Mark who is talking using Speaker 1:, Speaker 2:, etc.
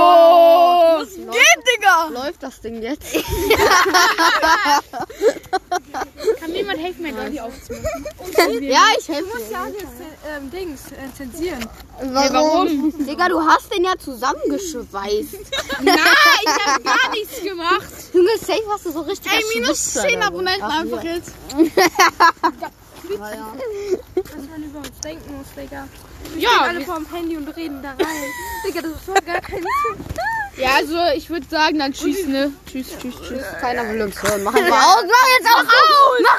Speaker 1: Hallo!
Speaker 2: Was geht, Digga?
Speaker 1: Läuft das Ding jetzt?
Speaker 3: Kann jemand helfen, mein Dolly aufzumachen?
Speaker 1: ja, ich helfe dir.
Speaker 2: Ja, jetzt, ähm, Dings, äh, zensieren.
Speaker 1: Warum? Digga, du hast den ja zusammengeschweißt.
Speaker 3: Nein, ich hab gar nichts gemacht.
Speaker 1: Junge, safe hast du so richtig
Speaker 2: Ey, minus
Speaker 1: geschwitzt,
Speaker 2: 10
Speaker 1: Alter.
Speaker 2: Abonnenten
Speaker 1: Ach,
Speaker 2: einfach
Speaker 1: hier.
Speaker 2: jetzt.
Speaker 1: Ja, ja.
Speaker 2: Was man über uns denken muss, Digga.
Speaker 3: Ja,
Speaker 2: Alle
Speaker 3: wir-
Speaker 2: vorm Handy und reden da rein. Digga, das war gar kein Sinn.
Speaker 3: ja, also ich würde sagen, dann tschüss, ne? Tschüss, tschüss, tschüss.
Speaker 1: Keiner will uns hören. Mach einfach aus. Mach jetzt auch aus. Mach